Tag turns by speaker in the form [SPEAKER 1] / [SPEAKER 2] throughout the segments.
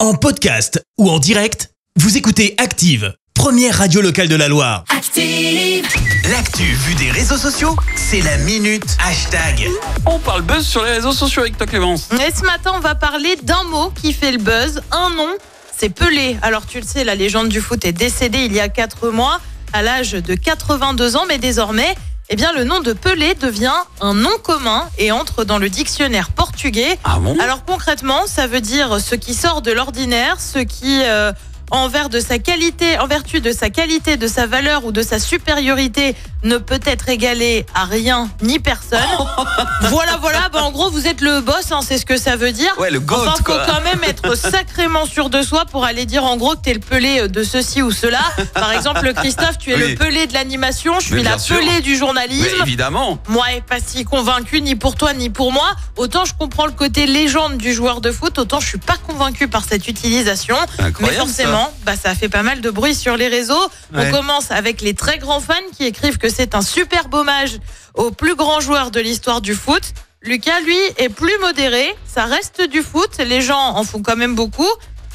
[SPEAKER 1] En podcast ou en direct, vous écoutez Active, première radio locale de la Loire.
[SPEAKER 2] Active.
[SPEAKER 3] L'actu vue des réseaux sociaux, c'est la minute hashtag.
[SPEAKER 4] On parle buzz sur les réseaux sociaux avec toi Clémence.
[SPEAKER 5] Et ce matin, on va parler d'un mot qui fait le buzz, un nom, c'est Pelé. Alors tu le sais, la légende du foot est décédée il y a 4 mois, à l'âge de 82 ans, mais désormais, eh bien, le nom de Pelé devient un nom commun et entre dans le dictionnaire portugais.
[SPEAKER 4] Ah bon
[SPEAKER 5] Alors concrètement, ça veut dire ce qui sort de l'ordinaire, ce qui, euh, envers de sa qualité, en vertu de sa qualité, de sa valeur ou de sa supériorité, ne peut être égalé à rien ni personne. voilà, voilà. Bah, en gros, vous êtes le boss, hein, c'est ce que ça veut dire.
[SPEAKER 4] Ouais, le goat
[SPEAKER 5] Enfin, faut
[SPEAKER 4] quoi.
[SPEAKER 5] quand même être sacrément sûr de soi pour aller dire en gros que t'es le pelé euh, de ceci ou cela. Par exemple, Christophe, tu es
[SPEAKER 4] Oui.
[SPEAKER 5] le pelé de l'animation, je
[SPEAKER 4] Mais
[SPEAKER 5] suis la
[SPEAKER 4] bien sûr.
[SPEAKER 5] pelée du
[SPEAKER 4] Mais
[SPEAKER 5] journalisme.
[SPEAKER 4] évidemment.
[SPEAKER 5] Moi, pas si convaincu ni pour toi ni pour moi. Autant je comprends le côté légende du joueur de foot, autant je suis pas convaincu par cette utilisation.
[SPEAKER 4] Incroyable,
[SPEAKER 5] Mais forcément, bah, ça a fait pas mal de bruit sur les réseaux.
[SPEAKER 4] Ouais.
[SPEAKER 5] On commence avec les très grands fans qui écrivent que c'est un superbe hommage au plus grand joueur de l'histoire du foot. Lucas, lui, est plus modéré. Ça reste du foot. Les gens en font quand même beaucoup.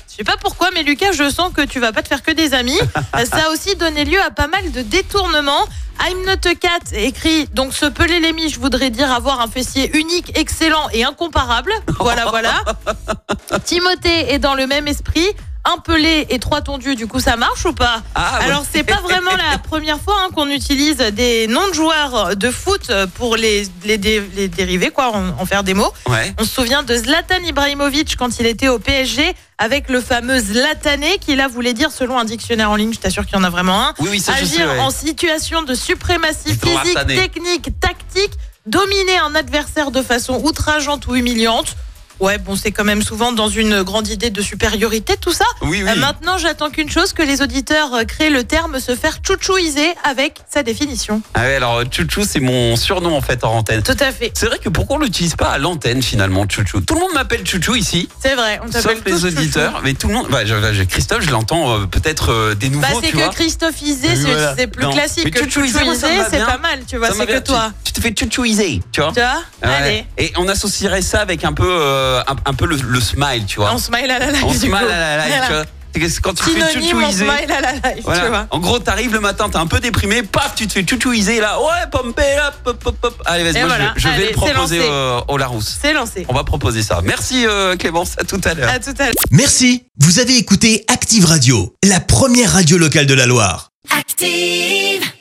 [SPEAKER 5] Je sais pas pourquoi, mais Lucas, je sens que tu vas pas te faire que des amis. Ça a aussi donné lieu à pas mal de détournements. I'm not a cat écrit donc ce pelé lémi, je voudrais dire avoir un fessier unique, excellent et incomparable. Voilà, voilà. Timothée est dans le même esprit. Un pelé et trois tondus, du coup ça marche ou pas
[SPEAKER 4] Ah, ouais.
[SPEAKER 5] Alors c'est pas vraiment la première fois hein, qu'on utilise des noms de joueurs de foot pour les, les, dé- les dériver, quoi, en- en faire des mots.
[SPEAKER 4] Ouais.
[SPEAKER 5] On se souvient de Zlatan Ibrahimovic quand il était au PSG avec le fameux Zlatané qui là voulait dire selon un dictionnaire en ligne, je t'assure qu'il y en a vraiment un,
[SPEAKER 4] Oui, oui, ça je sais.
[SPEAKER 5] agir
[SPEAKER 4] ouais.
[SPEAKER 5] en situation de suprématie
[SPEAKER 4] Zlatané.
[SPEAKER 5] physique, technique, tactique, dominer un adversaire de façon outrageante ou humiliante. Ouais, bon, c'est quand même souvent dans une grande idée de supériorité tout ça.
[SPEAKER 4] Oui, oui.
[SPEAKER 5] Euh, Maintenant, j'attends qu'une chose, que les auditeurs euh, créent le terme se faire chouchouiser avec sa définition.
[SPEAKER 4] Ah ouais, alors Chouchou, c'est mon surnom en fait en antenne.
[SPEAKER 5] Tout à fait,
[SPEAKER 4] C'est vrai que pourquoi on l'utilise pas à l'antenne finalement, Chouchou Tout le monde m'appelle Chouchou ici,
[SPEAKER 5] c'est vrai. On
[SPEAKER 4] sauf
[SPEAKER 5] s'appelle
[SPEAKER 4] les
[SPEAKER 5] tous chouchou.
[SPEAKER 4] auditeurs. Mais tout le monde. Bah, je- je- Christophe, je l'entends euh, peut-être euh, des nouveaux.
[SPEAKER 5] Bah, c'est
[SPEAKER 4] tu
[SPEAKER 5] que
[SPEAKER 4] vois.
[SPEAKER 5] Christophe Isé,
[SPEAKER 4] Oui,
[SPEAKER 5] c'est
[SPEAKER 4] voilà.
[SPEAKER 5] c'est plus
[SPEAKER 4] Non. Mais
[SPEAKER 5] classique que
[SPEAKER 4] Chouchou
[SPEAKER 5] Chouchou
[SPEAKER 4] Isé, moi, ça me
[SPEAKER 5] Isé,
[SPEAKER 4] va
[SPEAKER 5] c'est
[SPEAKER 4] bien.
[SPEAKER 5] pas mal, tu vois,
[SPEAKER 4] Ça
[SPEAKER 5] bah, c'est que
[SPEAKER 4] m'avait-
[SPEAKER 5] toi.
[SPEAKER 4] Tu, tu te fais Chouchouiser, tu vois.
[SPEAKER 5] Tu vois
[SPEAKER 4] Ouais.
[SPEAKER 5] Allez,
[SPEAKER 4] Et on associerait ça avec un peu, euh, un, un peu le, le smile, tu vois.
[SPEAKER 5] on smile à la live.
[SPEAKER 4] On
[SPEAKER 5] du
[SPEAKER 4] smile
[SPEAKER 5] coup.
[SPEAKER 4] à la live,
[SPEAKER 5] Voilà.
[SPEAKER 4] tu vois. C'est que Quand tu te fais
[SPEAKER 5] Synonyme, on
[SPEAKER 4] Chouchouiser.
[SPEAKER 5] smile à la live, tu
[SPEAKER 4] Voilà.
[SPEAKER 5] vois.
[SPEAKER 4] En gros, t'arrives le matin, t'es un peu déprimé, paf, tu te fais chouchouiser là. Ouais, pompé, là, pop, pop, pop. Allez, vas-y,
[SPEAKER 5] Et
[SPEAKER 4] moi, je-
[SPEAKER 5] voilà.
[SPEAKER 4] je, vais
[SPEAKER 5] Allez,
[SPEAKER 4] le
[SPEAKER 5] c'est
[SPEAKER 4] proposer
[SPEAKER 5] lancé.
[SPEAKER 4] euh, au Larousse.
[SPEAKER 5] C'est lancé.
[SPEAKER 4] On va proposer ça. Merci euh, Clémence, à tout à l'heure.
[SPEAKER 5] À tout à l'heure.
[SPEAKER 1] Merci, vous avez écouté Active Radio, la première radio locale de la Loire.
[SPEAKER 2] Active.